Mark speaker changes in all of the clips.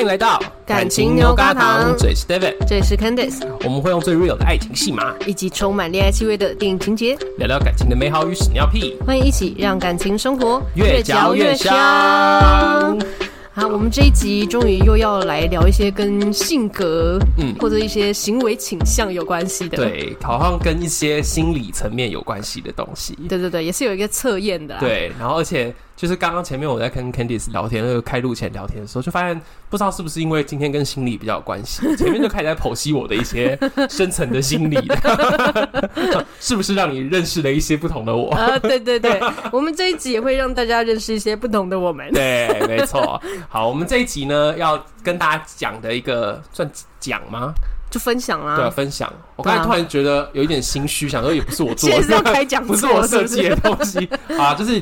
Speaker 1: 迎来到
Speaker 2: 感情牛轧糖
Speaker 1: 这里是 David，
Speaker 2: 这里是 Candice，
Speaker 1: 我们会用最 real 的爱情戏码
Speaker 2: 以及充满恋爱气味的电影情节，
Speaker 1: 聊聊感情的美好与屎尿屁，
Speaker 2: 欢迎一起让感情生活
Speaker 1: 嚼越香。
Speaker 2: 好，我们这一集终于又要来聊一些跟性格，
Speaker 1: 嗯
Speaker 2: 或者一些行为倾向有关系的。，
Speaker 1: 对，好像跟一些心理层面有关系的东西。
Speaker 2: 对啊对对，也是有一个测验的啦。
Speaker 1: 对，然后而且就是刚刚前面我在跟 Candice 聊天，那个开录前聊天的时候，就发现不知道是不是因为今天跟心理比较有关系，前面就开始在剖析我的一些深层的心理， 是不是让你认识了一些不同的我？
Speaker 2: 啊，对对 对，我们这一集也会让大家认识一些不同的我们。
Speaker 1: 对，没错。好，我们这一集呢，要跟大家讲的一个算讲吗？
Speaker 2: 就分享
Speaker 1: 对、啊，
Speaker 2: 啦。
Speaker 1: 分享。我刚才
Speaker 2: 对啊
Speaker 1: 突然觉得有一点心虚，想说也不是我做
Speaker 2: 现在是要
Speaker 1: 的，
Speaker 2: 开 讲
Speaker 1: 不是
Speaker 2: 座
Speaker 1: 我设
Speaker 2: 不是
Speaker 1: 计的东 西啊，就是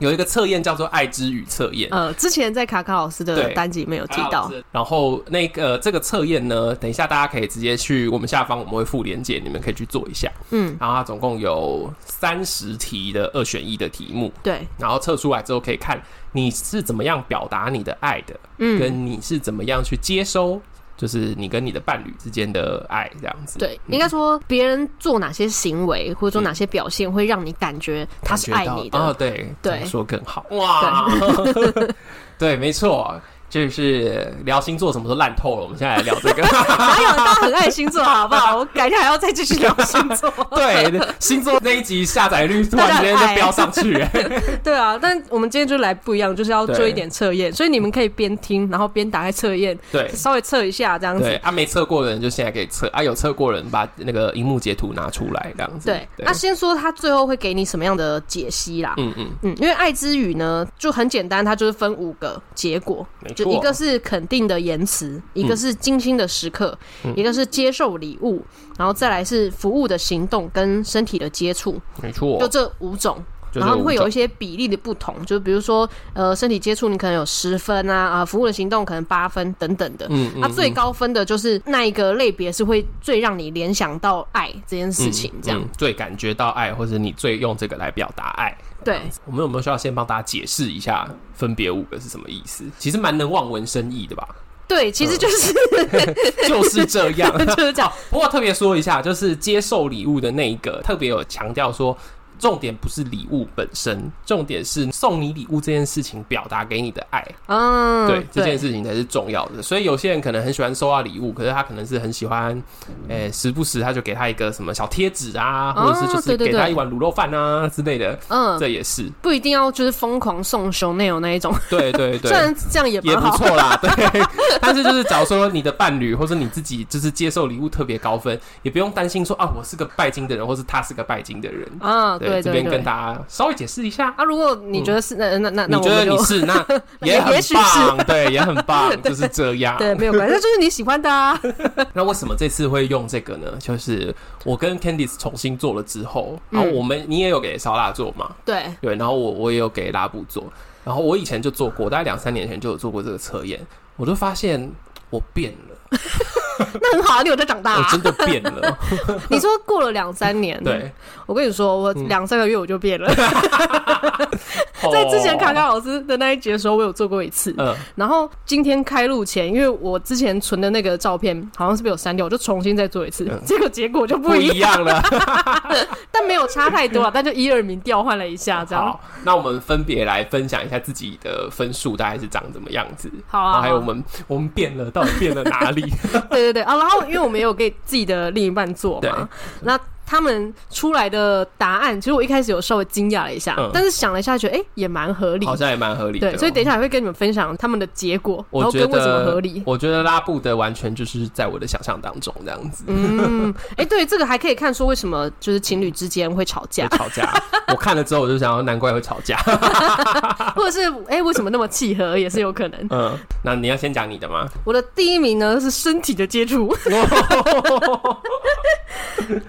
Speaker 1: 有一个测验叫做“爱之语”测验。
Speaker 2: 呃，之前在卡卡老师的
Speaker 1: 对
Speaker 2: 单集里面有提到，
Speaker 1: 然后那个、这个测验呢，等一下大家可以直接去我们下方我们会附链接，你们可以去做一下。
Speaker 2: 嗯，
Speaker 1: 然后它总共有三十题的二选一的题目，
Speaker 2: 对，
Speaker 1: 然后测出来之后可以看你是怎么样表达你的爱的，
Speaker 2: 嗯，
Speaker 1: 跟你是怎么样去接收，就是你跟你的伴侣之间的爱这样子。
Speaker 2: 对，
Speaker 1: 嗯
Speaker 2: 应该说别人做哪些行为或者说哪些表现会让你感觉他是爱你
Speaker 1: 啊、哦
Speaker 2: 的，
Speaker 1: 对，
Speaker 2: 对
Speaker 1: 这样说更好哇，对， 没错，就是聊星座什么都烂透了，我们现在来聊这个。
Speaker 2: 哪有哎大家很爱星座好不好？我改天还要再继续聊星 座。
Speaker 1: 对，星座那一集下载率 突然之间就飙上去、 哎
Speaker 2: 对啊，但我们今天就来不一样，就是要
Speaker 1: 对
Speaker 2: 做一点测验，所以你们可以边听，然后边打开测验，
Speaker 1: 对
Speaker 2: 稍微测一下这样
Speaker 1: 对
Speaker 2: 子。
Speaker 1: 啊，没测过的人就现在可以测啊，有测过的人把那个荧幕截图拿出来这样子。
Speaker 2: 对，啊那、先说他最后会给你什么样的解析啦？
Speaker 1: 嗯嗯，
Speaker 2: 嗯，因为爱之语呢就很简单，它就是分五个结果，
Speaker 1: 没错啊嗯
Speaker 2: 就一个是肯定的言辞，一个是精心的时刻，一个是接受礼物，然后再来是服务的行动跟身体的接触，
Speaker 1: 没错，
Speaker 2: 就这五种。
Speaker 1: 就这
Speaker 2: 然后会
Speaker 1: 五种
Speaker 2: 有一些比例的不同，就比如说，呃，身体接触你可能有十分啊，啊、服务的行动可能八分等等的。
Speaker 1: 嗯嗯
Speaker 2: 它、最高分的就是那一个类别是会最让你联想到爱这件事情，这样、
Speaker 1: 嗯最感觉到爱，或者你最用这个来表达爱。
Speaker 2: 对。
Speaker 1: 我们有没有需要先帮大家解释一下分别五个是什么意思？其实蛮能望文生义的吧，
Speaker 2: 对，其实就是、
Speaker 1: 就是这样。
Speaker 2: 就是这样。
Speaker 1: 不过特别说一下，就是接受礼物的那一个，特别有强调说，重点不是礼物本身，重点是送你礼物这件事情表达给你的爱，
Speaker 2: 嗯，
Speaker 1: 对这件事情才是重要的。所以有些人可能很喜欢收到礼物，可是他可能是很喜欢，诶、时不时他就给他一个什么小贴纸啊，或者是就
Speaker 2: 哦
Speaker 1: 是
Speaker 2: 对对
Speaker 1: 给他
Speaker 2: 对
Speaker 1: 一碗卤肉饭啊之类的，
Speaker 2: 嗯，
Speaker 1: 这也是，
Speaker 2: 不一定要就是疯狂送熊那种那一种，
Speaker 1: 对对对
Speaker 2: 虽。然这样也
Speaker 1: 也
Speaker 2: 蛮
Speaker 1: 不
Speaker 2: 好。
Speaker 1: 错啦， 对。但是就是，假如说你的伴侣或者你自己就是接受礼物特别高分，也不用担心说啊，我是个拜金的人，或是他是个拜金的人。
Speaker 2: 啊，对
Speaker 1: 这
Speaker 2: 对
Speaker 1: 边跟
Speaker 2: 对。
Speaker 1: 大家稍微解释一下。
Speaker 2: 啊，如果你觉得是那那那
Speaker 1: 你
Speaker 2: 那
Speaker 1: 觉
Speaker 2: 我
Speaker 1: 得
Speaker 2: 们
Speaker 1: 你
Speaker 2: 就是
Speaker 1: 那
Speaker 2: 也
Speaker 1: 很
Speaker 2: 也许
Speaker 1: 棒，对，也很棒，就是这样。
Speaker 2: 对没有关系，那 就是你喜欢的 啊。
Speaker 1: 那为什么这次会用这个呢？就是我跟 Candice 重新做了之后，
Speaker 2: 嗯
Speaker 1: 然后我们、你也有给烧腊做嘛，
Speaker 2: 对，
Speaker 1: 对，然后我我也有给拉布做，然后我以前就做过，大概两三年前就有做过这个测验，我就发现我变了，
Speaker 2: 那很好啊，你有在长大
Speaker 1: 我
Speaker 2: 啊。
Speaker 1: 真的变 了，
Speaker 2: 你说过了两三年，
Speaker 1: 对，。嗯
Speaker 2: 我跟你说，我两三个月我就变了。 在之前卡卡老师的那一集的时候，我有做过一次。
Speaker 1: 哦，
Speaker 2: 然后今天开录前，因为我之前存的那个照片好像是被我删掉，我就重新再做一次，这个结果就
Speaker 1: 嗯，不
Speaker 2: 不一样，
Speaker 1: 一样了。
Speaker 2: 但没有差太 多了，啊但就一二名调换了一下，这样。
Speaker 1: 好，那我们分别来分享一下自己的分数大概是长怎么样子。
Speaker 2: 好啊
Speaker 1: 然后还有
Speaker 2: 好
Speaker 1: 我
Speaker 2: 啊
Speaker 1: 们我们变了，到底变了哪 里？
Speaker 2: 对对对啊，然后因为我们也有给自己的另一半做
Speaker 1: 对
Speaker 2: 嘛，那他们出来的答案，其实我一开始有稍微惊讶了一下，
Speaker 1: 嗯
Speaker 2: 但是想了一下，觉得哎、诶也蛮合理
Speaker 1: 好。像也蛮合理的哦。
Speaker 2: 对，所以等一下也会跟你们分享他们的结果，然
Speaker 1: 我
Speaker 2: 后
Speaker 1: 觉
Speaker 2: 跟为什么
Speaker 1: 得
Speaker 2: 合理。
Speaker 1: 我觉得拉布的完全就是在我的想象当中这样子。
Speaker 2: 嗯，哎、对，这个还可以看说为什么就是情侣之间会吵 架，
Speaker 1: 吵 架，我看了之后我就想，要，难怪会吵架。
Speaker 2: 或者是哎、诶为什么那么契合，也是有可能。
Speaker 1: 嗯， 那你要先讲你的吗？
Speaker 2: 我的第一名呢是身体的接触，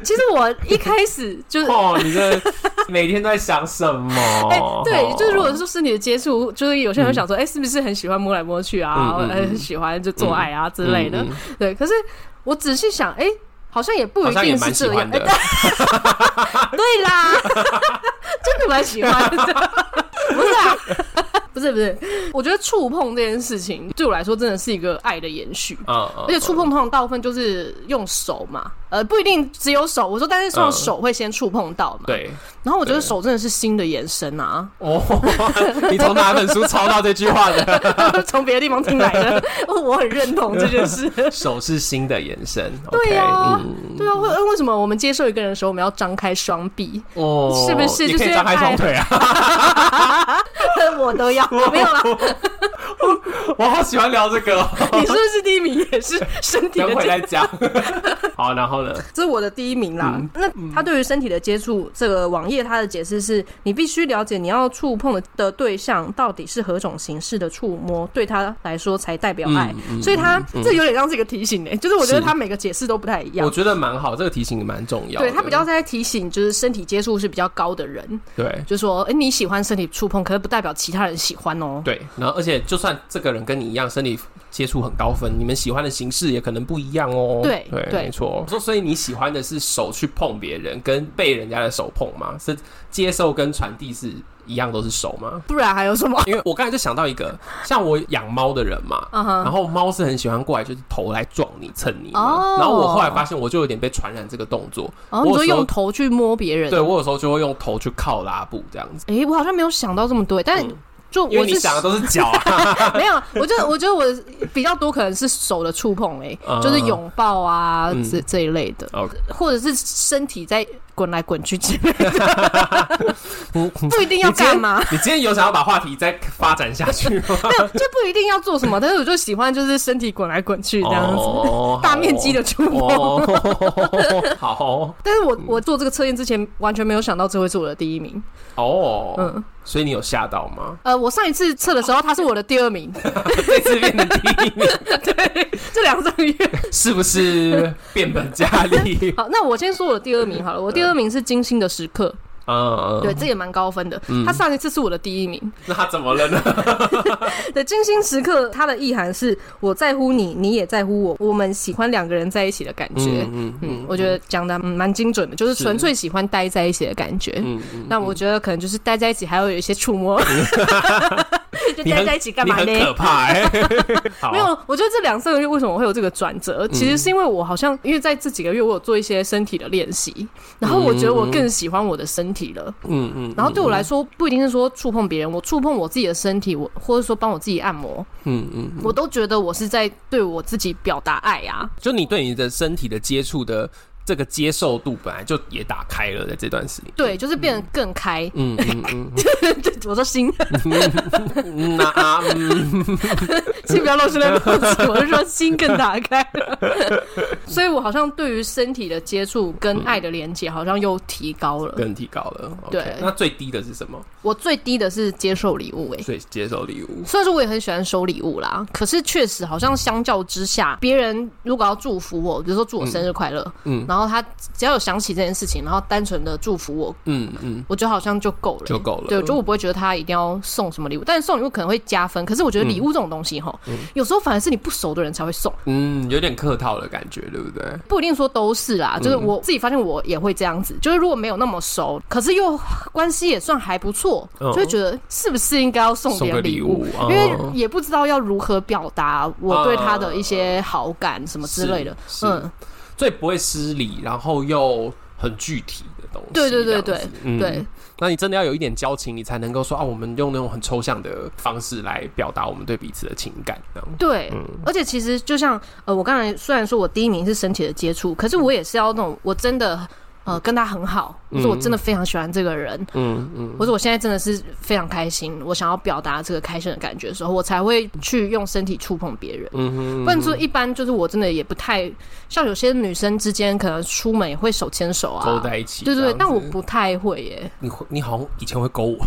Speaker 2: 其实我一开始 就是
Speaker 1: 哦，你这每天都在想什
Speaker 2: 哎、
Speaker 1: 么？哦
Speaker 2: 对，就是如果说身体的接触，就是有些人会想说，哎、是不是很喜欢摸来摸去啊，
Speaker 1: 嗯嗯嗯嗯
Speaker 2: 很喜欢就做爱啊之类的？
Speaker 1: 嗯嗯
Speaker 2: 对，可是我仔细想，哎、好像也不
Speaker 1: 好
Speaker 2: 一
Speaker 1: 像也
Speaker 2: 定是
Speaker 1: 蛮喜
Speaker 2: 这样
Speaker 1: 欢，的
Speaker 2: 哎。 对啦，真的蛮喜欢的，不是啊？ 不是不是，我觉得触碰这件事情对我来说真的是一个爱的延续。
Speaker 1: 啊、嗯，
Speaker 2: 而且触碰通常大部分就是用手嘛，呃，不一定只有手。我说，但是通常手会先触碰到嘛。。
Speaker 1: 嗯对
Speaker 2: 然后我觉得
Speaker 1: 对
Speaker 2: 手真的是心的延伸啊，
Speaker 1: 哦， 你从哪本书抄到这句话 的？
Speaker 2: 从别的地方听来的，我很认同这件 事。
Speaker 1: 手是心的延伸，嗯
Speaker 2: 对呀、
Speaker 1: o
Speaker 2: 对啊，为为什么我们接受一个人的时候，我们要张开双臂？
Speaker 1: k 哦，
Speaker 2: 是不是
Speaker 1: 你可
Speaker 2: 就是
Speaker 1: 以张开双腿啊！
Speaker 2: 我都要，没有啦。
Speaker 1: 我好喜欢聊这 个哦、
Speaker 2: 你是不是第一名也是身体的
Speaker 1: 等
Speaker 2: 接
Speaker 1: 会再讲。 好，然后呢？
Speaker 2: 这是我的第一名啦。
Speaker 1: 嗯
Speaker 2: 那他对于身体的接触，这个网页它的解释是：你必须了解你要触碰的的对象到底是何种形式的触摸，对他来说才代表爱。
Speaker 1: 嗯
Speaker 2: 所以他、这有点像是一个提醒诶、欸就是我觉得
Speaker 1: 是
Speaker 2: 他每个解释都不太一
Speaker 1: 我
Speaker 2: 样。
Speaker 1: 觉得蛮好，这个提醒蛮重要的。
Speaker 2: 对他比较在提醒，就是身体接触是比较高的人，
Speaker 1: 对
Speaker 2: 就说，哎、你喜欢身体触碰，可是不代表其他人喜欢哦。
Speaker 1: 对，然后而且就算这个人跟你一样身体接触很高分，你们喜欢的形式也可能不一样哦。
Speaker 2: 对
Speaker 1: 对，
Speaker 2: 对
Speaker 1: 没错。哦所所以你喜欢的是手去碰别人，跟被人家的手碰吗？是接受跟传递是一样都是手吗？
Speaker 2: 不然还有什么？
Speaker 1: 因为我刚才就想到一个，像我养猫的人嘛，
Speaker 2: 嗯哼
Speaker 1: 然后猫是很喜欢过来，就是头来撞你、蹭你嘛。
Speaker 2: 哦
Speaker 1: 然后我后来发现，我就有点被传染这个动作。
Speaker 2: 然后
Speaker 1: 我有
Speaker 2: 哦你说
Speaker 1: 时候
Speaker 2: 用头去摸别人，
Speaker 1: 对我有时候就会用头去靠拉布这样子，
Speaker 2: 哎、我好像没有想到这么多，但
Speaker 1: 嗯
Speaker 2: 就
Speaker 1: 因为
Speaker 2: 我
Speaker 1: 你
Speaker 2: 是
Speaker 1: 想的都是脚 啊。
Speaker 2: 没有，我觉得我觉得我比较多可能是手的触碰、欸，
Speaker 1: 嗯
Speaker 2: 就是拥抱啊、
Speaker 1: 嗯
Speaker 2: 这这一类的，
Speaker 1: OK
Speaker 2: 或者是身体在滚来滚去之类的，
Speaker 1: 嗯
Speaker 2: 不一定要干嘛，
Speaker 1: 你今天有想要把话题再发展下去 吗？
Speaker 2: 没有就不一定要做什么，但是我就喜欢就是身体滚来滚去这样子。
Speaker 1: 哦
Speaker 2: 大面积的触碰，
Speaker 1: 哦，好哦
Speaker 2: 但是我我做这个测验之前完全没有想到这会是我的第一名。
Speaker 1: 哦，
Speaker 2: 嗯，
Speaker 1: 所以你有吓到吗？
Speaker 2: 呃，我上一次测的时候它是我的第二名，
Speaker 1: 这次变成第一名，
Speaker 2: 这两三个月
Speaker 1: 是不是变本加厉？
Speaker 2: 好，那我先说我的第二名好了，我第二名是金星的时刻，
Speaker 1: 嗯，
Speaker 2: 对，这也蛮高分的。他上一次是我的第一名。
Speaker 1: 那他怎么了呢？
Speaker 2: 对，金星时刻它的意涵是我在乎你，你也在乎我，我们喜欢两个人在一起的感觉。嗯
Speaker 1: 嗯
Speaker 2: 我觉得讲的蛮精准的，就是
Speaker 1: 是
Speaker 2: 纯粹喜欢待在一起的感觉。
Speaker 1: 嗯嗯，
Speaker 2: 那我觉得可能就是待在一起，还会有一些触摸， 就
Speaker 1: 你
Speaker 2: 待
Speaker 1: 很
Speaker 2: 在一起干嘛
Speaker 1: 你很可
Speaker 2: 呢？
Speaker 1: 怕 哎，好
Speaker 2: 没有，我觉得这两三个月为什么我会有这个转
Speaker 1: 嗯
Speaker 2: 折，其实是因为我好像因为在这几个月我有做一些身体的练习，然后我觉得我更喜欢我的身体了。
Speaker 1: 嗯嗯，
Speaker 2: 然后对我来说，不一定是说触碰别人，我触碰我自己的身体，我或者说帮我自己按摩，
Speaker 1: 嗯嗯，
Speaker 2: 我都觉得我是在对我自己表达爱啊。
Speaker 1: 就你对你的身体的接触的这个接受度本来就也打开了，在这段时间。
Speaker 2: 对，就是变得更开。
Speaker 1: 嗯嗯嗯
Speaker 2: 对，我说 心，
Speaker 1: 嗯，那啊嗯，
Speaker 2: 请不要露出那个表情。我是说心更打开了， 所以我好像对于身体的接触跟爱的连接好像又提高了。
Speaker 1: 更提高了。OK，
Speaker 2: 对
Speaker 1: 那最低的是什么？
Speaker 2: 我最低的是接受礼物、欸，
Speaker 1: 最接受礼物。
Speaker 2: 虽然说我也很喜欢收礼物啦，可是确实好像相较之下，别人如果要祝福我，比如说祝我生日快乐，
Speaker 1: 嗯
Speaker 2: 然后他只要有想起这件事情，然后单纯的祝福我，
Speaker 1: 嗯嗯，
Speaker 2: 我觉得好像就够了，
Speaker 1: 就够了
Speaker 2: 对，就我不会觉得他一定要送什么礼物，但是送礼物可能会加分。可是我觉得礼物这种东西哈，有时候反而是你不熟的人才会送，
Speaker 1: 嗯，有点客套的感觉，对不对？
Speaker 2: 不一定说都
Speaker 1: 嗯
Speaker 2: 是啦。就是我自己发现我也会这样子，就是如果没有那么熟，可是又关系也算还不错，
Speaker 1: 嗯
Speaker 2: 就会觉得是不是应该要送
Speaker 1: 送个
Speaker 2: 点
Speaker 1: 礼
Speaker 2: 礼物？
Speaker 1: 物，
Speaker 2: 因为
Speaker 1: 嗯
Speaker 2: 也不知道要如何表达我对他的一些好感什么之类的。
Speaker 1: 哦是
Speaker 2: 嗯，
Speaker 1: 最不会失礼，然后又很具体的东西。
Speaker 2: 对对对
Speaker 1: 这样
Speaker 2: 对
Speaker 1: 子嗯
Speaker 2: 对，
Speaker 1: 那你真的要有一点交情，你才能够说啊，我们用那种很抽象的方式来表达我们对彼此的情感，这样。
Speaker 2: 对，而且其实就像呃，我刚才虽然说我第一名是身体的接触，可是我也是要那种我真的。呃，跟他很好，或者我真的非常喜欢这个人，
Speaker 1: 嗯嗯，
Speaker 2: 或者我现在真的是非常开心，我想要表达这个开心的感觉的时候，我才会去用身体触碰别人。
Speaker 1: 嗯哼，
Speaker 2: 不然说一般就是我真的也不太像有些女生之间可能出门也会手牵手啊，
Speaker 1: 勾在一起这
Speaker 2: 对
Speaker 1: 样子。
Speaker 2: 对对，但我不太会耶，
Speaker 1: 你会你好像以前会勾我，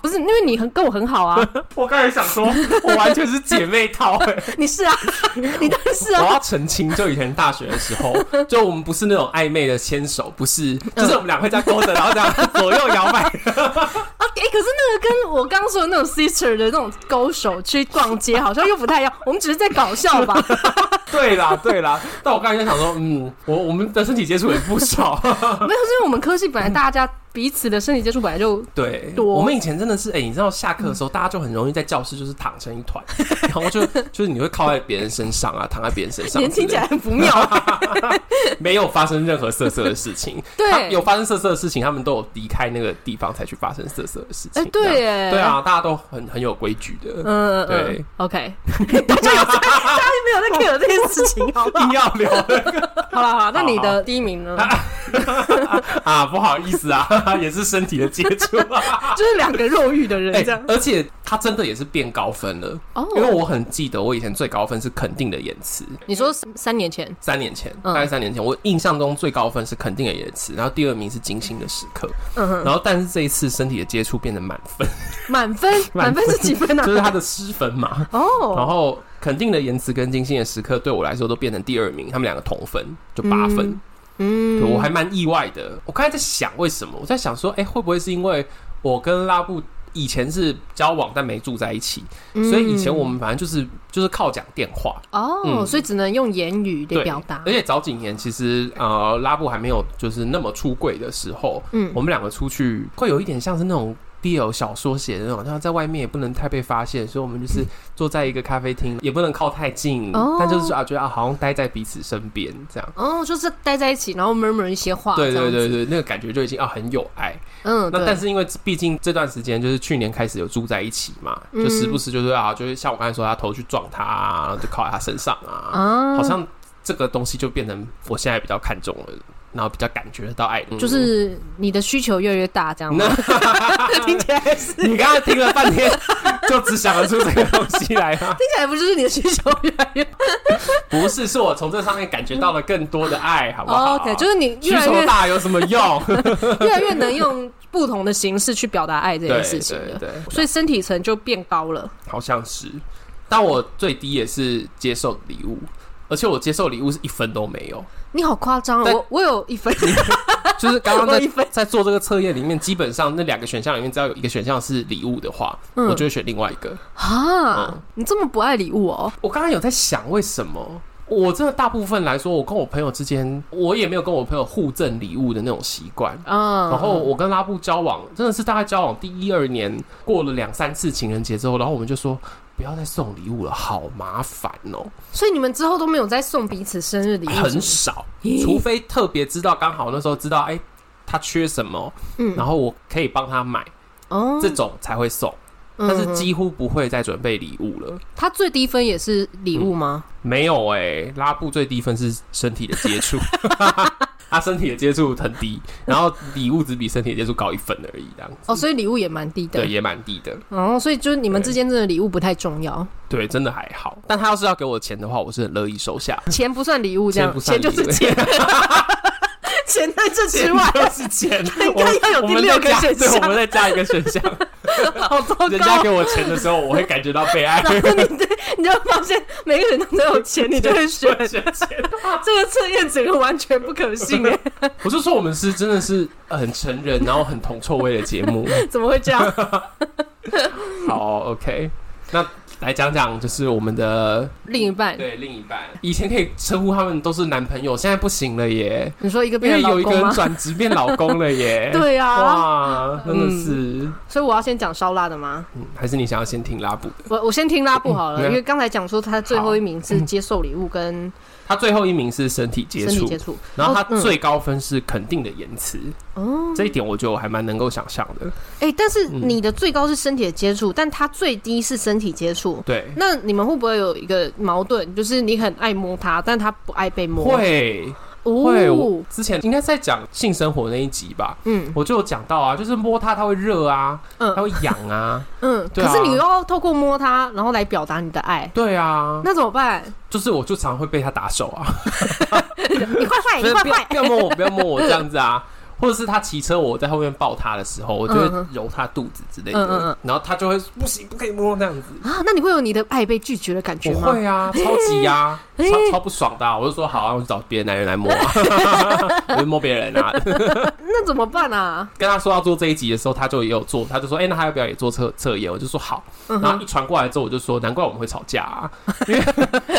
Speaker 2: 不是因为你很跟我很好啊，
Speaker 1: 我刚才想 说，我完全是姐妹套、哎
Speaker 2: 你是 啊，你当然是
Speaker 1: 我
Speaker 2: 啊，
Speaker 1: 要澄清，就以前大学的时 候，就我们不是那种暧昧的牵手，不是，
Speaker 2: 嗯
Speaker 1: 就是我们俩会这样勾着，然后这样左右摇 摆。
Speaker 2: 啊，哎、可是那个跟我刚说的那种 sister 的那种勾手去逛街，好像又不太一样，我们只是在搞笑吧？
Speaker 1: 对啦，对啦。但我刚才就想说，嗯，我我们的身体接触也不 少。
Speaker 2: 没有，是因为我们科系本来大家彼此的身体接触本来就
Speaker 1: 对，
Speaker 2: 多
Speaker 1: 我们以前真的是，哎、你知道下课的时候，大家就很容易在教室就是躺成一 团，然后就就是你会靠在别人身上啊，躺在别人身上之类的，
Speaker 2: 年轻起来很 不妙。
Speaker 1: 没有发生任何色色的事情。他
Speaker 2: 对，
Speaker 1: 有发生色色的事情，他们都有离开那个地方才去发生色色的事情。
Speaker 2: 哎，对
Speaker 1: 这样，
Speaker 2: 耶，
Speaker 1: 对，啊，大家都很很有规矩的。
Speaker 2: 嗯，嗯
Speaker 1: 对
Speaker 2: 嗯，OK，大 家有在，大家没有在 care 这件事情，好不好
Speaker 1: 硬？要聊
Speaker 2: 好了好啦，那你的第一名呢？
Speaker 1: 啊，不好意思啊， 也是身体的接触 啊。
Speaker 2: 就是两个肉欲的人
Speaker 1: 哎
Speaker 2: 这样。
Speaker 1: 而且他真的也是变高分了，
Speaker 2: 哦，
Speaker 1: 哎因为我很记得我以前最高分是肯定的言辞，
Speaker 2: 你说三三年前，
Speaker 1: 三年前，
Speaker 2: 嗯
Speaker 1: 大概三年前，我印象中最高分是肯定的言辞，然后第二名是精心的时刻，
Speaker 2: 嗯哼，
Speaker 1: 然后但是这一次身体的接触变成满 分，
Speaker 2: 满分，
Speaker 1: 满分
Speaker 2: 满分是几分啊？
Speaker 1: 就是他的失分嘛。然
Speaker 2: 哦，
Speaker 1: 后肯定的言辞跟精心的时刻对我来说都变成第二名，他们两个同分，就八分。对我
Speaker 2: 嗯，
Speaker 1: 还蛮意外的。我刚才在想为什么，我在想说，哎、会不会是因为我跟拉布以前是交往但没住在一起，
Speaker 2: 嗯
Speaker 1: 所以以前我们反正就是就是靠讲电话，
Speaker 2: 哦，
Speaker 1: 嗯
Speaker 2: 所以只能用言语
Speaker 1: 对
Speaker 2: 的表达
Speaker 1: 而。且早几年其实呃拉布还没有就是那么出柜的时候，
Speaker 2: 嗯
Speaker 1: 我们两个出去会有一点像是那种。BL 小说写的那种，然后在外面也不能太被发现，所以我们就是坐在一个咖啡厅，也不能靠太近，
Speaker 2: 哦
Speaker 1: 但就是啊，觉得啊，好像待在彼此身边这样。
Speaker 2: 哦，就是待在一起，然后 murmur 一些话，
Speaker 1: 对
Speaker 2: 这样
Speaker 1: 对
Speaker 2: 子
Speaker 1: 对，对，那个感觉就已经啊很有爱。
Speaker 2: 嗯，
Speaker 1: 那
Speaker 2: 对
Speaker 1: 但是因为毕竟这段时间就是去年开始有住在一起嘛，
Speaker 2: 嗯
Speaker 1: 就时不时就是啊，就是像我刚才说，他头去撞他啊，然后就靠在他身上啊，
Speaker 2: 啊，
Speaker 1: 好像这个东西就变成我现在比较看重了，然后比较感觉得到爱的，嗯
Speaker 2: 就是你的需求越来越大，这样吗？听起来 是，听
Speaker 1: 你刚才听了半天，就只想得出这个东西来 吗？
Speaker 2: 起来不就是你的需求越来越
Speaker 1: 不是，是我从这上面感觉到了更多的爱，好不好
Speaker 2: 哦 OK，就是你
Speaker 1: 需
Speaker 2: 越来
Speaker 1: 求
Speaker 2: 越
Speaker 1: 大有什么用？
Speaker 2: 越来越能用不同的形式去表达爱这
Speaker 1: 对
Speaker 2: 件事情
Speaker 1: 对
Speaker 2: 了，
Speaker 1: 对，
Speaker 2: 所以身体层就变高了。
Speaker 1: 好像是，但我最低也是接受礼物，而且我接受礼物是一分都没 有。
Speaker 2: 你好夸张哦，
Speaker 1: 但
Speaker 2: 我我有 一分，
Speaker 1: 就是刚刚
Speaker 2: 我一
Speaker 1: 在在做这个测验里面，基本上那两个选项里面，只要有一个选项是礼物的话，
Speaker 2: 嗯
Speaker 1: 我就会选另外一个。
Speaker 2: 啊
Speaker 1: 嗯！
Speaker 2: 你这么不爱礼物哦？
Speaker 1: 我刚刚有在想，为什么我真的大部分来说，我跟我朋友之间，我也没有跟我朋友互赠礼物的那种习惯。
Speaker 2: 嗯，
Speaker 1: 然后我跟拉布交往，真的是大概交往第一二年，过了两三次情人节之后，然后我们就说不要再送礼物了，好麻烦哦、
Speaker 2: 所以你们之后都没有再送彼此生日礼物，
Speaker 1: 很少，除非特别知道，刚好那时候知道，哎、他缺什么，
Speaker 2: 嗯
Speaker 1: 然后我可以帮他买，
Speaker 2: 哦
Speaker 1: 这种才会送。
Speaker 2: 嗯
Speaker 1: 但是几乎不会再准备礼物了。
Speaker 2: 他最低分也是礼物吗？
Speaker 1: 没有哎、拉布最低分是身体的接 触， 他身体的接触很低，然后礼物只比身体的接触高一分而已，这样子。
Speaker 2: 哦，所以礼物也蛮低的
Speaker 1: 对，。也蛮低的。
Speaker 2: 哦，所以就是你们
Speaker 1: 对
Speaker 2: 之间真的礼物不太重要，
Speaker 1: 对，真的还好。但他要是要给我钱的话，我是很乐意收下。
Speaker 2: 钱不算礼物，这
Speaker 1: 钱
Speaker 2: 样
Speaker 1: 不算礼物
Speaker 2: 就是 钱，钱在这之外，
Speaker 1: 就是钱，
Speaker 2: 应该要有
Speaker 1: 我
Speaker 2: 第
Speaker 1: 们
Speaker 2: 六
Speaker 1: 再
Speaker 2: 个
Speaker 1: 加
Speaker 2: 选项
Speaker 1: 对，我们再加一个选项。
Speaker 2: 好糟糕。
Speaker 1: 人家给我钱的时候，我会感觉到被 爱。
Speaker 2: 然后你对，你就会发现每个人都有钱，你就会选
Speaker 1: 选钱
Speaker 2: 这个测验，整个完全不可信 哎，
Speaker 1: 我就说我们是真的是很成人，然后很铜臭味的节 目。
Speaker 2: 怎么会这样？
Speaker 1: 好，OK，那来讲讲就是我们的
Speaker 2: 另一半，
Speaker 1: 对另一半，以前可以称呼他们都是男朋友，现在不行了耶，
Speaker 2: 你说一个
Speaker 1: 因
Speaker 2: 变
Speaker 1: 为
Speaker 2: 成
Speaker 1: 有一个
Speaker 2: 老公
Speaker 1: 人
Speaker 2: 吗？
Speaker 1: 转职变老公了耶。、
Speaker 2: 对啊，
Speaker 1: 哇，真的是，
Speaker 2: 所以我要先讲烧腊的吗？
Speaker 1: 嗯还是你想要先听拉布的？
Speaker 2: 我我先听拉布好
Speaker 1: 嗯
Speaker 2: 了，因为刚才讲说他最后一名是接受礼物跟
Speaker 1: 他最后一名是身体接
Speaker 2: 身体
Speaker 1: 触
Speaker 2: 接，触，
Speaker 1: 然后他
Speaker 2: 嗯
Speaker 1: 最高分是肯定的言辞，
Speaker 2: 哦，
Speaker 1: 这一点我觉得我还蛮能够想象的。
Speaker 2: 哎、但是
Speaker 1: 嗯
Speaker 2: 你的最高是身体的接触，但他最低是身体接触。
Speaker 1: 对，
Speaker 2: 那你们会不会有一个矛盾，就是你很爱摸他，但他不爱被摸？
Speaker 1: 会会，我
Speaker 2: 哦，
Speaker 1: 之前应该在讲性生活那一集吧，
Speaker 2: 嗯
Speaker 1: 我就有讲到啊，就是摸它它会热啊，它
Speaker 2: 嗯
Speaker 1: 会痒 啊，
Speaker 2: 嗯。
Speaker 1: 对啊
Speaker 2: 可是你又要透过摸他，然后来表达你的爱，
Speaker 1: 对啊，
Speaker 2: 那怎么办？
Speaker 1: 就是我就常会被它打手啊，
Speaker 2: 你坏坏，
Speaker 1: 不
Speaker 2: 哎你
Speaker 1: 是
Speaker 2: 坏
Speaker 1: 不要
Speaker 2: 坏，
Speaker 1: 不要摸我，不要摸我这样子啊。或者是他骑车我在后面抱他的时候，我就
Speaker 2: 嗯嗯
Speaker 1: 会揉他肚子之类的，
Speaker 2: 嗯嗯嗯
Speaker 1: 然后他就会不行，不可以摸那样子。
Speaker 2: 啊，那你会有你的爱被拒绝的感觉
Speaker 1: 我
Speaker 2: 吗？
Speaker 1: 会啊，超级呀、啊，
Speaker 2: 嘿
Speaker 1: 超超不爽的啊、我就说好啊，我就找别的男人来摸、 啊， 我就摸别人啊。
Speaker 2: 那怎么办啊？
Speaker 1: 跟他说要做这一集的时候，他就也有做，他就说，哎、那他要不要也做测测验？我就说好。
Speaker 2: 嗯
Speaker 1: 然
Speaker 2: 哼
Speaker 1: 后一传过来之后，我就说，难怪我们会吵架啊，因为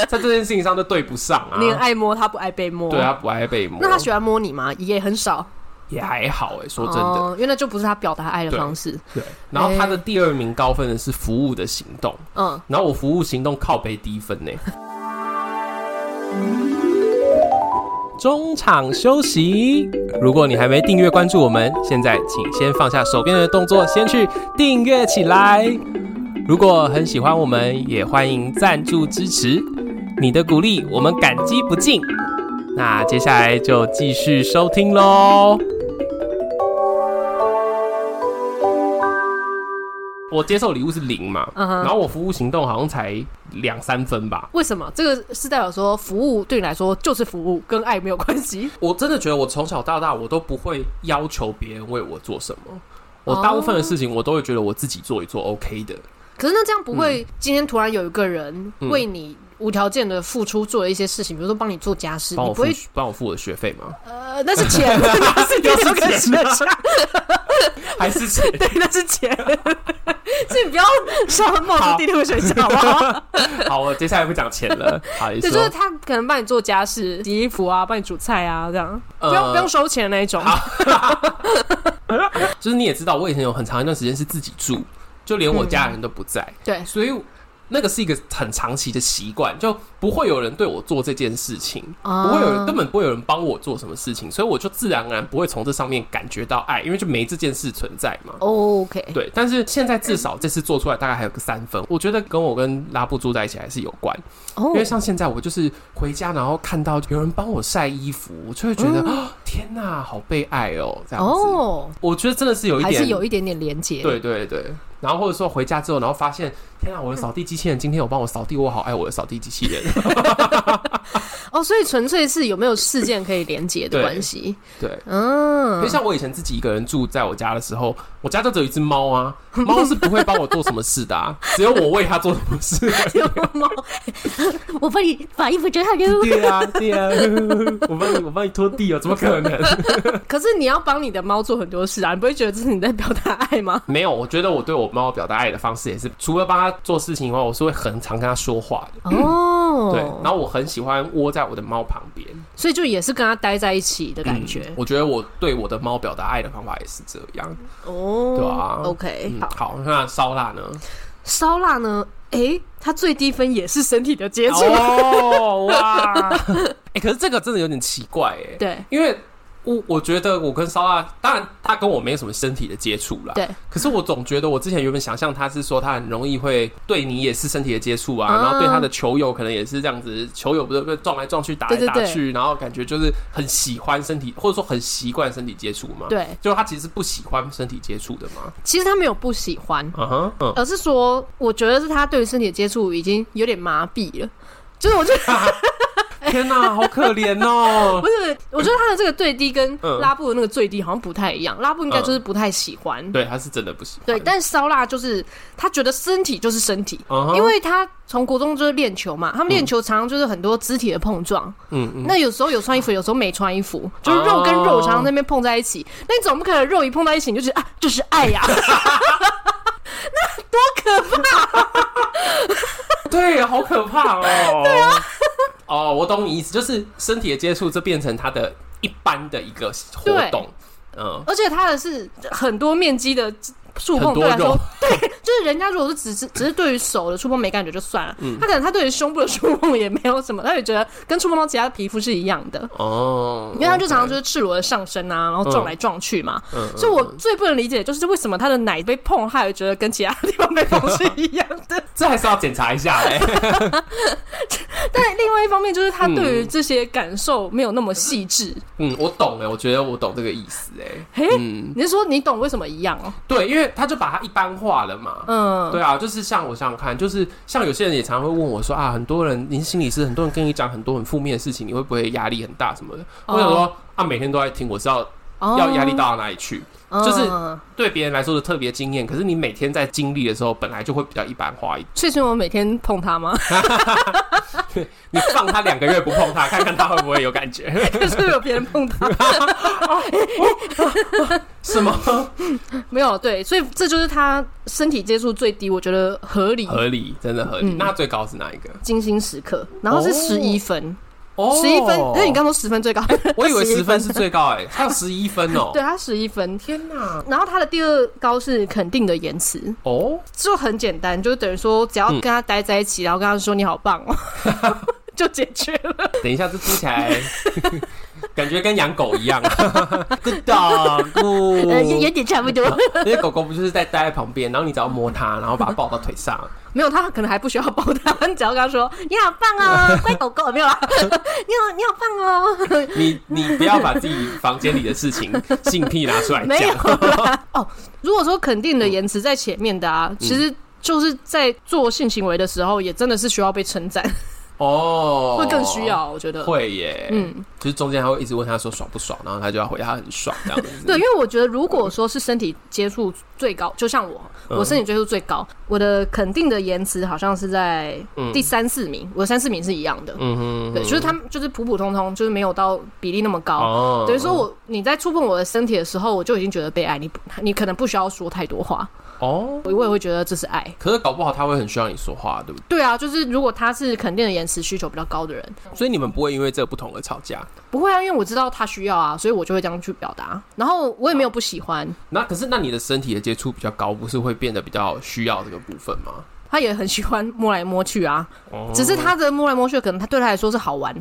Speaker 1: 在这件事情上就对不上啊
Speaker 2: 你。很爱摸他，不爱被摸。
Speaker 1: 对啊他不爱被摸
Speaker 2: 那，他喜欢摸你吗？也很少。
Speaker 1: 也还好哎、说真的。
Speaker 2: 哦，因为那就不是他表达爱的方式。
Speaker 1: 对，然后他的第二名高分的是服务的行动，
Speaker 2: 嗯，
Speaker 1: 然后我服务行动靠背低分欸呢。中场休息。如果你还没订阅关注我们，现在请先放下手边的动作，先去订阅起来。如果很喜欢我们，也欢迎赞助支持，你的鼓励我们感激不尽。那接下来就继续收听喽。我接受礼物是零嘛，
Speaker 2: 嗯哼
Speaker 1: 然后我服务行动好像才两三分吧。
Speaker 2: 为什么？这个是代表说服务对你来说就是服务，跟爱没有关系。
Speaker 1: 我真的觉得我从小到大我都不会要求别人为我做什么，我
Speaker 2: 哦
Speaker 1: 大部分的事情我都会觉得我自己做一做 OK 的。
Speaker 2: 可是那这样不会，今天突然有一个人
Speaker 1: 嗯
Speaker 2: 为你无条件的付出做了一些事情，比如说帮你做家事，
Speaker 1: 帮
Speaker 2: 你
Speaker 1: 我
Speaker 2: 不
Speaker 1: 付
Speaker 2: 会
Speaker 1: 帮我付我的学费 吗？
Speaker 2: 呃，那是 钱，那是
Speaker 1: 又
Speaker 2: 第六
Speaker 1: 是
Speaker 2: 个
Speaker 1: 钱
Speaker 2: 选项，
Speaker 1: 还是钱？
Speaker 2: 对，那是 钱，所以你不要上冒出第六个选项好不 好？
Speaker 1: 好，我接下来不讲钱了。好，你
Speaker 2: 对，
Speaker 1: 说
Speaker 2: 就是他可能帮你做家事、洗衣服啊，帮你煮菜啊，这样不用
Speaker 1: 呃
Speaker 2: 不用收钱的那一种。
Speaker 1: 就是你也知道，我以前有很长一段时间是自己住，就连我家人都不在，
Speaker 2: 对，
Speaker 1: 所以那个是一个很长期的习惯，就不会有人对我做这件事情，
Speaker 2: 不
Speaker 1: 不会
Speaker 2: 嗯
Speaker 1: 有人根本不会有人帮我做什么事情，所以我就自然而然不会从这上面感觉到爱，因为就没这件事存在嘛。
Speaker 2: 哦 OK，
Speaker 1: 对，但是现在至少这次做出来大概还有个三分，我觉得跟我跟拉布住在一起还是有关，
Speaker 2: 哦
Speaker 1: 因为像现在我就是回家，然后看到有人帮我晒衣服，我就会觉得、啊天哪，好被爱哦，这样子。
Speaker 2: 哦，
Speaker 1: 我觉得真的是有一
Speaker 2: 还
Speaker 1: 点，
Speaker 2: 是有一点点连结。
Speaker 1: 对对对。然后或者说回家之后，然后发现，天啊，我的扫地机器人今天有帮我扫地，我好爱我的扫地机器 人。
Speaker 2: 哦，所以纯粹是有没有事件可以连结的
Speaker 1: 对
Speaker 2: 关系。
Speaker 1: 对，因
Speaker 2: 嗯
Speaker 1: 为，像我以前自己一个人住在我家的时候，我家就只有一只猫啊，猫是不会帮我做什么事的、啊，只有我为它做什么事。
Speaker 2: 有猫， 我帮你把衣服折 好哟。
Speaker 1: 对啊，对啊，我帮你，我帮你拖地哦，怎么可能？
Speaker 2: 可是你要帮你的猫做很多事啊，你不会觉得这是你在表达爱吗？
Speaker 1: 没有，我觉得我对我猫表达爱的方式也是，除了帮它做事情以外，我是会很常跟它说话的。
Speaker 2: 哦，
Speaker 1: 对，然后我很喜欢窝在我的猫旁边，
Speaker 2: 所以就也是跟它待在一起的感觉
Speaker 1: 嗯。我觉得我对我的猫表达爱的方法也是这样。
Speaker 2: 哦，
Speaker 1: 对啊
Speaker 2: OK，
Speaker 1: 嗯
Speaker 2: 好，
Speaker 1: 好，那烧腊呢？
Speaker 2: 烧腊呢？诶，它最低分也是身体的接触。
Speaker 1: 哦哇， 哎，可是这个真的有点奇怪哎，
Speaker 2: 对
Speaker 1: 因为我我觉得我跟烧腊，当然他跟我没有什么身体的接触啦，
Speaker 2: 对，
Speaker 1: 可是我总觉得我之前原本想象他是说他很容易会对你也是身体的接触啊，
Speaker 2: 啊
Speaker 1: 然后对他的球友可能也是这样子，球友不是被撞来撞去、打来
Speaker 2: 对对
Speaker 1: 打
Speaker 2: 对
Speaker 1: 去，然后感觉就是很喜欢身体，或者说很习惯身体接触嘛。，
Speaker 2: 对，
Speaker 1: 就他其实不喜欢身体接触的嘛。
Speaker 2: 其实它没有不喜欢，
Speaker 1: 嗯哼，嗯，
Speaker 2: 而是说，我觉得是他对身体的接触已经有点麻痹了。就是我觉得
Speaker 1: 天哪、好可怜哦
Speaker 2: 不。是， 我觉得他的这个最低跟
Speaker 1: 嗯
Speaker 2: 拉布的那个最低好像不太一样，拉布应该就是不太喜欢。
Speaker 1: 对，他是真的不喜欢。
Speaker 2: 对，但是烧腊就是他觉得身体就是身体，
Speaker 1: 嗯哼
Speaker 2: 因为他从国中就是练球嘛，他们练球常常就是很多肢体的碰撞，
Speaker 1: 嗯嗯，
Speaker 2: 那有时候有穿衣服，有时候没穿衣服，就是肉跟肉常常在那边碰在一起。那你总不可能肉一碰到一起你就觉得啊，这是爱呀、
Speaker 1: 对，好可怕 哦。对啊。 哦，我懂你意思，就是身体的接触，这变成他的一般的一个活动。嗯，
Speaker 2: 而且它的是很多面积的触碰，
Speaker 1: 很
Speaker 2: 对
Speaker 1: 多
Speaker 2: 来说
Speaker 1: 肉，
Speaker 2: 就是人家如果是只是只是对于手的触碰没感觉就算了，
Speaker 1: 嗯
Speaker 2: 他可能他对于胸部的触碰也没有什么，他也觉得跟触碰到其他的皮肤是一样的。
Speaker 1: 哦，
Speaker 2: 因为他就常常就是赤裸的上身
Speaker 1: 嗯
Speaker 2: 啊，然后撞来撞去嘛，
Speaker 1: OK，嗯，
Speaker 2: 所以我最不能理解就是为什么他的奶被碰，他也觉得跟其他地方被碰是一样
Speaker 1: 。
Speaker 2: 的
Speaker 1: 这还是要检查一下 哎、
Speaker 2: 但另外一方面就是他对于这些感受没有那么细致。
Speaker 1: 嗯，我懂哎、我觉得我懂这个意思哎、
Speaker 2: 嘿，
Speaker 1: 嗯，
Speaker 2: 你是说你懂为什么一样哦？
Speaker 1: 对，因为他就把它一般化了嘛。
Speaker 2: 嗯，
Speaker 1: 对啊，就是像我想想看，就是像有些人也常会问我说啊，很多人，您心理师，很多人跟你讲很多很负面的事情，你会不会压力很大什么的？我想说啊，每天都在听，我是要
Speaker 2: 哦
Speaker 1: 要压力大到哪里去。就是
Speaker 2: 嗯
Speaker 1: 对别人来说的特别经验，可是你每天在经历的时候，本来就会比较一般化一点。
Speaker 2: 所以说我每天碰它吗？
Speaker 1: 你放他两个月不 碰他，看看他会不会有感觉？
Speaker 2: 可是有别人碰它，
Speaker 1: 是吗？
Speaker 2: 没有对，所以这就是它身体接触最低，我觉得合理。
Speaker 1: 合理，真的合理。
Speaker 2: 嗯
Speaker 1: 那最高是哪一个？
Speaker 2: 精心时刻，然后是十一分，
Speaker 1: 哦
Speaker 2: 十一、分，因为你刚说十分最高，
Speaker 1: 我以为
Speaker 2: 11
Speaker 1: 十 分是最高哎、还有十一分哦、
Speaker 2: 对，它十一分。
Speaker 1: 天哪！
Speaker 2: 然后它的第二高是肯定的言辞，
Speaker 1: 哦，
Speaker 2: 就很简单，就等于说只要
Speaker 1: 嗯
Speaker 2: 跟他待在一起，然后跟他说你好棒 哦，就解决了。
Speaker 1: 等一下，这听起 来感觉跟养狗一样。Good 啊
Speaker 2: 呃
Speaker 1: dog，
Speaker 2: 哎点差不多。
Speaker 1: 那些狗狗不就是在待在旁边，然后你只要摸它，然后把它抱到腿上，
Speaker 2: 没有，他可能还不需要抱他，你只要跟他说你好棒哦，乖狗狗，没有啦， 你好你好棒哦，
Speaker 1: 你你不要把自己房间里的事情性癖拿出来
Speaker 2: 没有
Speaker 1: 讲。 嗯
Speaker 2: 啦。哦，如果说肯定的言辞在前面的啊，其实。就是在做性行为的时候，也真的是需要被称赞，
Speaker 1: 哦，
Speaker 2: 会更需，要，我觉得。
Speaker 1: 会耶。嗯，就是中间还会一直问他说爽不爽，然后他就要回他很爽这样子。
Speaker 2: 对，因为我觉得，如果说是身体接触最高，就像我，我
Speaker 1: 嗯
Speaker 2: 身体接触最高，我的肯定的言辞好像是在
Speaker 1: 嗯
Speaker 2: 第三四名，我的三四名是一样的。
Speaker 1: 嗯哼，
Speaker 2: 对，就是他们就是普普通通，就是没有到比例那么高。
Speaker 1: 哦，
Speaker 2: 等于说我你在触碰我的身体的时候，我就已经觉得被爱，你不你可能不需要说太多话，
Speaker 1: 哦，
Speaker 2: 我我也会觉得这是爱。
Speaker 1: 可是搞不好他会很需要你说话，对不对？
Speaker 2: 对啊，就是如果他是肯定的言辞需求比较高的人，
Speaker 1: 所以你们不会因为这个不同而吵架。
Speaker 2: 不会啊，因为我知道他需要啊，所以我就会这样去表达。然后我也没有不喜欢，
Speaker 1: 那可是那你的身体的接触比较高，不是会变得比较需要这个部分吗？
Speaker 2: 他也很喜欢摸来摸去啊，
Speaker 1: 哦
Speaker 2: 只是他的摸来摸去，可能他对他来说是 好玩，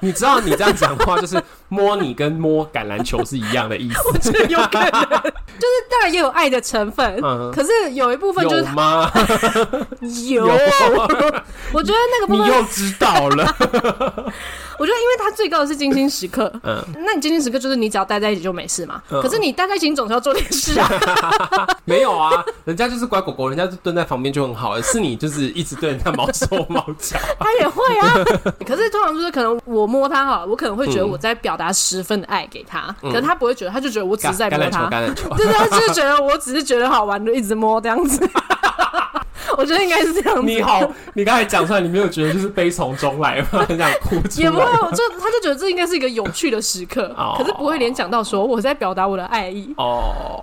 Speaker 1: 你知道你这样讲 话就是摸你跟摸橄榄球是一样的意思，
Speaker 2: 有可能就是当然也有爱的成分，
Speaker 1: 嗯
Speaker 2: 可是有 一部分就是
Speaker 1: 有吗？
Speaker 2: 有，啊 我觉得那个部
Speaker 1: 你
Speaker 2: 分，
Speaker 1: 又知道了，
Speaker 2: 我觉得因为他最高的是精心时刻，
Speaker 1: 嗯，
Speaker 2: 那你精心时刻就是你只要待在一起就没事嘛，
Speaker 1: 嗯
Speaker 2: 可是你待在一起你总是要做点事啊，
Speaker 1: 没有啊，人家就是乖狗狗，人家就蹲在旁边就很好了，是你就是一直对人家毛手毛 脚，
Speaker 2: 他也会 啊，可是通常就是可能我摸他哈，我可能会觉得我在表达十分的爱给他，
Speaker 1: 嗯
Speaker 2: 可是他不会觉得，他就觉得我只
Speaker 1: 橄
Speaker 2: 是在
Speaker 1: 橄
Speaker 2: 摸
Speaker 1: 榄球
Speaker 2: 他，
Speaker 1: 橄榄球，
Speaker 2: 对对，他就是觉得我只是觉得好玩，就一直摸这样子。我觉得应该是这样子。
Speaker 1: 你好，你刚才讲出来，你没有觉得就是悲从中来吗？ 很想哭出
Speaker 2: 也不
Speaker 1: 来。
Speaker 2: 会，就他就觉得这应该是一个有趣的时刻
Speaker 1: 哦，
Speaker 2: 可是不会联想到说我在表达我的爱意，
Speaker 1: 哦，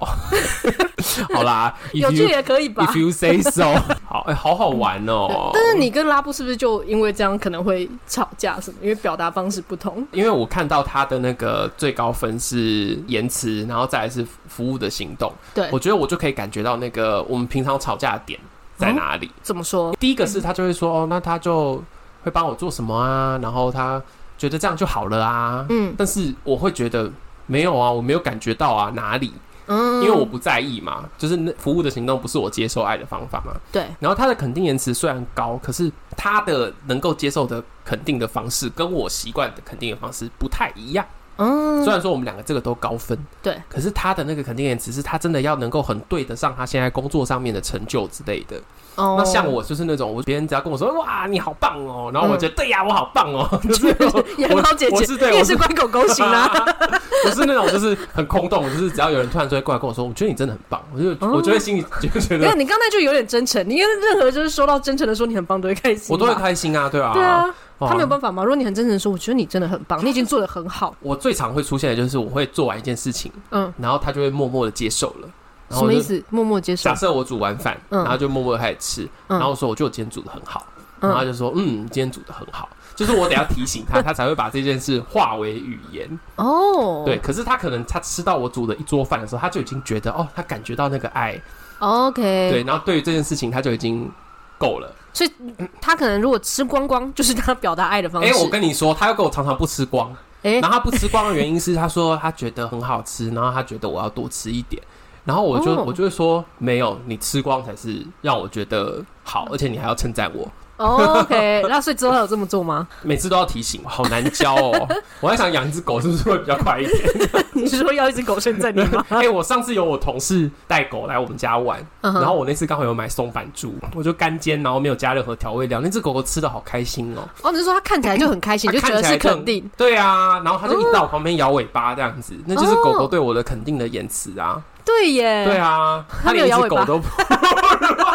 Speaker 1: 好啦，
Speaker 2: 有
Speaker 1: if
Speaker 2: 趣
Speaker 1: you
Speaker 2: 也可以吧
Speaker 1: If。you say so，好， 哎、好好玩哦
Speaker 2: 对。 但是你跟拉布是不是就因为这样可能会吵架什么？因为表达方式不同。
Speaker 1: 因为我看到他的那个最高分是言辞，然后再来是服务的行动，
Speaker 2: 对
Speaker 1: 我，觉得我就可以感觉到那个我们平常吵架的点在哪里。
Speaker 2: 怎么说？
Speaker 1: 第一个是他就会说，哦，那他就会帮我做什么啊，然后他觉得这样就好了啊。
Speaker 2: 嗯
Speaker 1: 但是我会觉得没有啊，我没有感觉到啊哪里，因
Speaker 2: 嗯
Speaker 1: 为我不在意嘛，就是那服务的行动不是我接受爱的方法嘛。
Speaker 2: 对
Speaker 1: 然后他的肯定言辞虽然高，可是他的能够接受的肯定的方式跟我习惯的肯定的方式不太一样。
Speaker 2: 嗯
Speaker 1: 虽然说我们两个这个都高分，
Speaker 2: 对，
Speaker 1: 可是他的那个肯定言辞是他真的要能够很对得上他现在工作上面的成就之类的。
Speaker 2: 哦
Speaker 1: 那像我就是那种，我别人只要跟我说哇你好棒哦，然后我觉
Speaker 2: 嗯
Speaker 1: 得、对呀我好棒哦， 就是 我
Speaker 2: 也很好解
Speaker 1: 我
Speaker 2: 决，
Speaker 1: 是对
Speaker 2: 你
Speaker 1: 我
Speaker 2: 也
Speaker 1: 是
Speaker 2: 是乖狗狗 型啊。
Speaker 1: 我是那种就是很空洞，就是只要有人突然就会过来跟我说，我觉得你真的很棒，我就、我就会心里就觉
Speaker 2: 没有，
Speaker 1: 得
Speaker 2: 哦你刚才就有点真诚，你因为任何就是收到真诚的说你很棒都会开心吧，
Speaker 1: 我都会开心啊，对啊，
Speaker 2: 对啊，
Speaker 1: 哇
Speaker 2: 他没有办法吗？如果你很真诚地说，我觉得你真的很棒，你已经做的很好，
Speaker 1: 我最常会出现的就是我会做完一件事情，
Speaker 2: 嗯，
Speaker 1: 然后他就会默默的接受了。然
Speaker 2: 什
Speaker 1: 后我
Speaker 2: 么
Speaker 1: 就
Speaker 2: 意？思？默默接受
Speaker 1: 假，设我煮完饭，
Speaker 2: 嗯
Speaker 1: 然后就默默地开始吃，
Speaker 2: 嗯
Speaker 1: 然后说我觉得我今天煮的很好，
Speaker 2: 嗯
Speaker 1: 然后他就说嗯，今天煮的很好。就是我得要提醒 他，他才会把这件事化为语言。
Speaker 2: 哦，
Speaker 1: 对，可是他可能他吃到我煮的一桌饭的时候，他就已经觉得哦，他感觉到那个爱，
Speaker 2: ，OK，
Speaker 1: 对，然后对于这件事情他就已经够了。
Speaker 2: 所以他可能如果吃光光， 就是他表达爱的方式。
Speaker 1: 哎，我跟你说，他又跟我常常不吃光，
Speaker 2: 哎、
Speaker 1: 然后他不吃光的原因是，他说他觉得很好吃，然后他觉得我要多吃一点。然后我就、
Speaker 2: 哦
Speaker 1: 我就会说，没有，你吃光才是让我觉得好，而且你还要称赞我。
Speaker 2: 哦 OK，那所以之后还有这么做吗？
Speaker 1: 每次都要提醒，好难教哦。我在想养一只狗是不是会比较快一点？
Speaker 2: 你是说要一只狗剩在你吗？
Speaker 1: 哎、我上次有我同事带狗来我们家玩，
Speaker 2: 然
Speaker 1: 然后我那次刚好有买松板猪，我就干煎，然后没有加任何调味料，那只狗狗吃的好开心哦。
Speaker 2: 哦，你是说它看起来就很开心，你就觉得是肯定。哦
Speaker 1: 对啊，然后它就一直在我旁边摇尾巴这样子，那就是狗狗对我的肯定的言辞啊。
Speaker 2: 对耶，
Speaker 1: 对啊，
Speaker 2: 哎它
Speaker 1: 它
Speaker 2: 没有
Speaker 1: 连一
Speaker 2: 摇
Speaker 1: 只
Speaker 2: 尾巴
Speaker 1: 狗都不。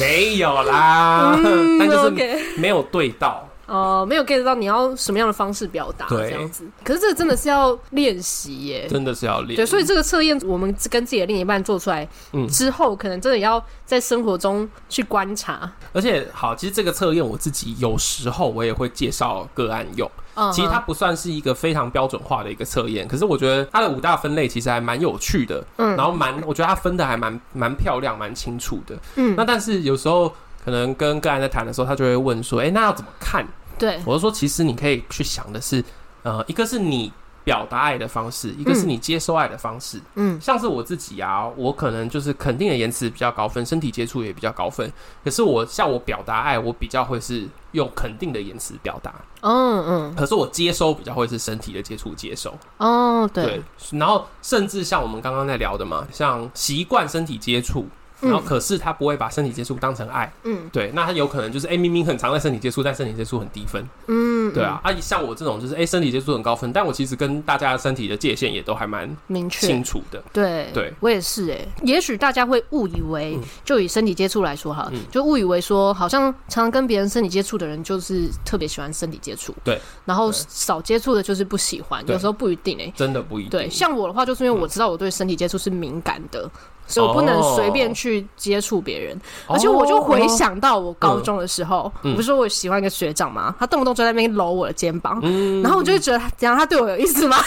Speaker 1: 没有啦，
Speaker 2: 嗯，
Speaker 1: 但就是
Speaker 2: OK，
Speaker 1: 没有对到。
Speaker 2: 哦，没有 get 到你要什么样的方式表达
Speaker 1: 对
Speaker 2: 这样子。可是这个真的是要练习耶。
Speaker 1: 真的是要练。
Speaker 2: 对，所以这个测验我们跟自己的另一半做出来、
Speaker 1: 嗯
Speaker 2: 之后，可能真的要在生活中去观察。
Speaker 1: 而且好，其实这个测验我自己有时候我也会介绍个案用。
Speaker 2: 嗯，
Speaker 1: 其实它不算是一个非常标准化的一个测验，可是我觉得它的五大分类其实还蛮有趣的，
Speaker 2: 嗯
Speaker 1: 然后蛮我觉得它分的还蛮蛮漂亮、蛮清楚的。
Speaker 2: 嗯
Speaker 1: 那但是有时候可能跟个案在谈的时候，他就会问说：“哎、那要怎么看
Speaker 2: 对？”，
Speaker 1: 我就说，其实你可以去想的是，呃，一个是你。表达爱的方式，一个是你接收爱的方式。
Speaker 2: 嗯
Speaker 1: 像是我自己啊，我可能就是肯定的言辞比较高分，身体接触也比较高分。可是我像我表达爱，我比较会是用肯定的言辞表达，
Speaker 2: 嗯
Speaker 1: 可是我接收比较会是身体的接触接收。
Speaker 2: 嗯，哦，对，
Speaker 1: 然后甚至像我们刚刚在聊的嘛，像习惯身体接触。然后，可是他不会把身体接触当成爱，
Speaker 2: 嗯
Speaker 1: 对，那他有可能就是，哎、明明很常在身体接触，但身体接触很低分，
Speaker 2: 嗯，
Speaker 1: 对啊，啊，像我这种就是，哎、身体接触很高分，但我其实跟大家的身体的界限也都还蛮
Speaker 2: 嗯，明确。
Speaker 1: 清楚的，
Speaker 2: 对，
Speaker 1: 对
Speaker 2: 我也是哎、也许大家会误以为，就以身体接触来说哈，
Speaker 1: 嗯
Speaker 2: 就误以为说，好像常常跟别人身体接触的人，就是特别喜欢身体接触，
Speaker 1: 对，
Speaker 2: 然后
Speaker 1: 对
Speaker 2: 少接触的就是不喜欢，
Speaker 1: 对
Speaker 2: 有时候不一定哎、
Speaker 1: 真的不一定。
Speaker 2: 对，像我的话，就是因为我知道我对身体接触是敏感
Speaker 1: 嗯
Speaker 2: 的，所以我不能随便去接触别人。而且我就回
Speaker 1: 哦，
Speaker 2: 想到我高中的时候，
Speaker 1: 嗯
Speaker 2: 我不是说我喜欢一个学长嘛，他动不动就在那边搂我的肩膀，
Speaker 1: 嗯
Speaker 2: 然后我就会觉得他，怎样他对我有意 思吗？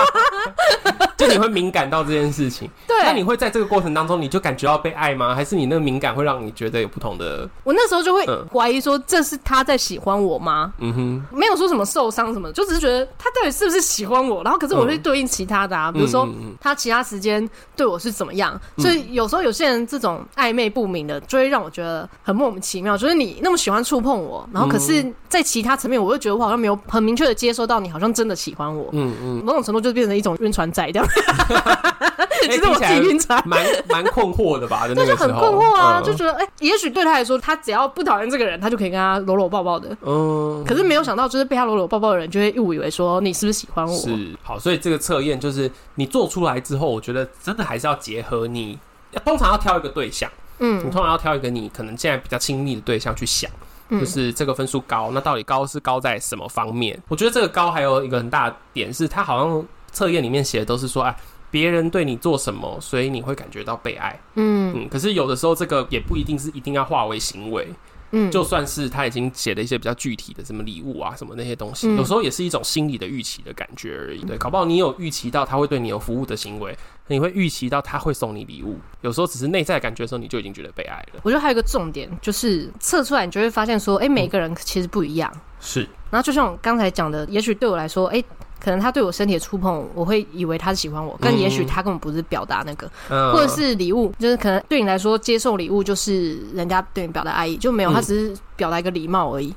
Speaker 1: 哦就你会敏感到这件事情，那你
Speaker 2: 对，
Speaker 1: 会在这个过程当中，你就感觉到被爱吗？还是你那个敏感会让你觉得有不同的，
Speaker 2: 我那时候就会
Speaker 1: 嗯
Speaker 2: 怀疑说，这是他在喜欢我吗？
Speaker 1: 嗯哼，
Speaker 2: 没有说什么受伤什么的，就只是觉得他到底是不是喜欢我，然后可是我会对应其他的啊，比如说
Speaker 1: 嗯嗯嗯
Speaker 2: 他其他时间对我是怎么样，所以有时候有些人这种暧昧不明的，就会让我觉得很莫名其妙，就是你那么喜欢触碰我，然后可是在其他层面，我又觉得我好像没有很明确的接收到你好像真的喜欢我，
Speaker 1: 嗯嗯，
Speaker 2: 某种程度就变成一种晕船仔这样，
Speaker 1: 哎
Speaker 2: 其实我自己晕船。
Speaker 1: 蛮蛮困惑的吧？在
Speaker 2: 那
Speaker 1: 那
Speaker 2: 就
Speaker 1: 个
Speaker 2: 很
Speaker 1: 时候，
Speaker 2: 困惑啊，
Speaker 1: 嗯
Speaker 2: 就觉得哎、也许对他来说，他只要不讨厌这个人，他就可以跟他搂搂抱抱的。
Speaker 1: 嗯，
Speaker 2: 可是没有想到，就是被他搂搂抱抱的人就会误以为说你是不是喜欢我？
Speaker 1: 是好，所以这个测验就是你做出来之后，我觉得真的还是要结合你。通常要挑一个对象，你
Speaker 2: 嗯
Speaker 1: 通常要挑一个你可能现在比较亲密的对象去想，
Speaker 2: 嗯
Speaker 1: 就是这个分数高，那到底高是高在什么方面？我觉得这个高还有一个很大的点是，它好像测验里面写的都是说，哎，别人对你做什么，所以你会感觉到被爱。
Speaker 2: 嗯
Speaker 1: 嗯，可是有的时候这个也不一定是一定要化为行为，
Speaker 2: 嗯，
Speaker 1: 就算是他已经写了一些比较具体的什么礼物啊，什么那些东西，
Speaker 2: 嗯
Speaker 1: 有时候也是一种心理的预期的感觉而已。对，搞不好你有预期到他会对你有服务的行为，你会预期到他会送你礼物，有时候只是内在感觉的时候，你就已经觉得被爱了。
Speaker 2: 我觉得还有一个重点就是测出来，你就会发现说，哎、每个人其实不一样。
Speaker 1: 是，
Speaker 2: 然后就像我刚才讲的，也许对我来说，哎、可能他对我身体的触碰，我会以为他是喜欢我，但
Speaker 1: 嗯
Speaker 2: 也许他根本不是表达那个，
Speaker 1: 嗯
Speaker 2: 或者是礼物，就是可能对你来说，接受礼物就是人家对你表达爱意，就没有，
Speaker 1: 嗯
Speaker 2: 他只是表达一个礼貌而已，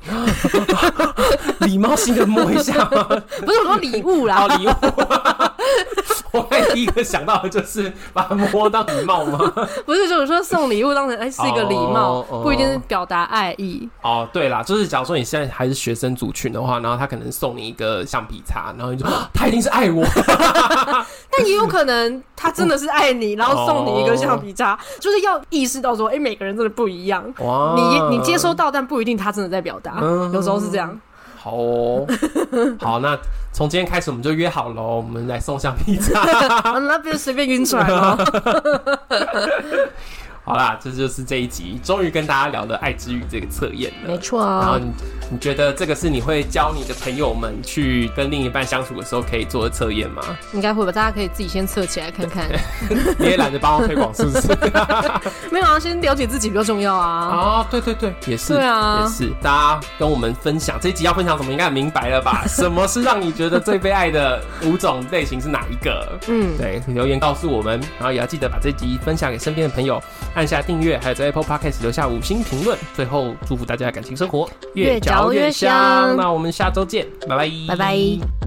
Speaker 1: 礼貌性的摸一下吗，
Speaker 2: 不是我说礼物
Speaker 1: 然后
Speaker 2: 啦，
Speaker 1: 礼物。我还第一个想到的就是把它摸到礼貌吗？
Speaker 2: 不是就是说送礼物当成哎、是一个礼貌
Speaker 1: 哦，哦
Speaker 2: 不一定是表达爱意，
Speaker 1: 哦，对啦，就是假如说你现在还是学生族群的话，然后他可能送你一个橡皮擦，然后你就、 啊他一定是爱我，
Speaker 2: 但也有可能他真的是爱
Speaker 1: 哦
Speaker 2: 你，然后送你一个橡皮擦，就是要意识到说，哎、每个人真的不一样。
Speaker 1: 哇
Speaker 2: 你你接收到，但不一定他真的在表达，
Speaker 1: 嗯
Speaker 2: 有时候是这样。
Speaker 1: 好哦，好，那从今天开始我们就约好喽，我们来送橡皮擦。
Speaker 2: 啊那不就随便晕船吗？
Speaker 1: 好啦，这就是这一集，终于跟大家聊了爱之语这个测验了。
Speaker 2: 没错
Speaker 1: 然后
Speaker 2: 啊，
Speaker 1: 你你觉得这个是你会教你的朋友们去跟另一半相处的时候可以做的测验吗？
Speaker 2: 应该会吧？大家可以自己先测起来看看。
Speaker 1: 你也懒得帮我推广是 不是？
Speaker 2: 没有啊，先了解自己比较重要啊。
Speaker 1: 啊，对对对，也是，
Speaker 2: 对啊
Speaker 1: 也是。大家跟我们分享这一集要分享什么，应该很明白了吧？ 什么是让你觉得最被爱的五种类型是哪一个？
Speaker 2: 嗯，
Speaker 1: 对，留言告诉我们，然后也要记得把这集分享给身边的朋友。按下订阅，还有在 Apple Podcast 留下五星评论。最后，祝福大家感情生活
Speaker 2: 越嚼越香
Speaker 1: 那我们下周见，拜拜，
Speaker 2: 拜拜。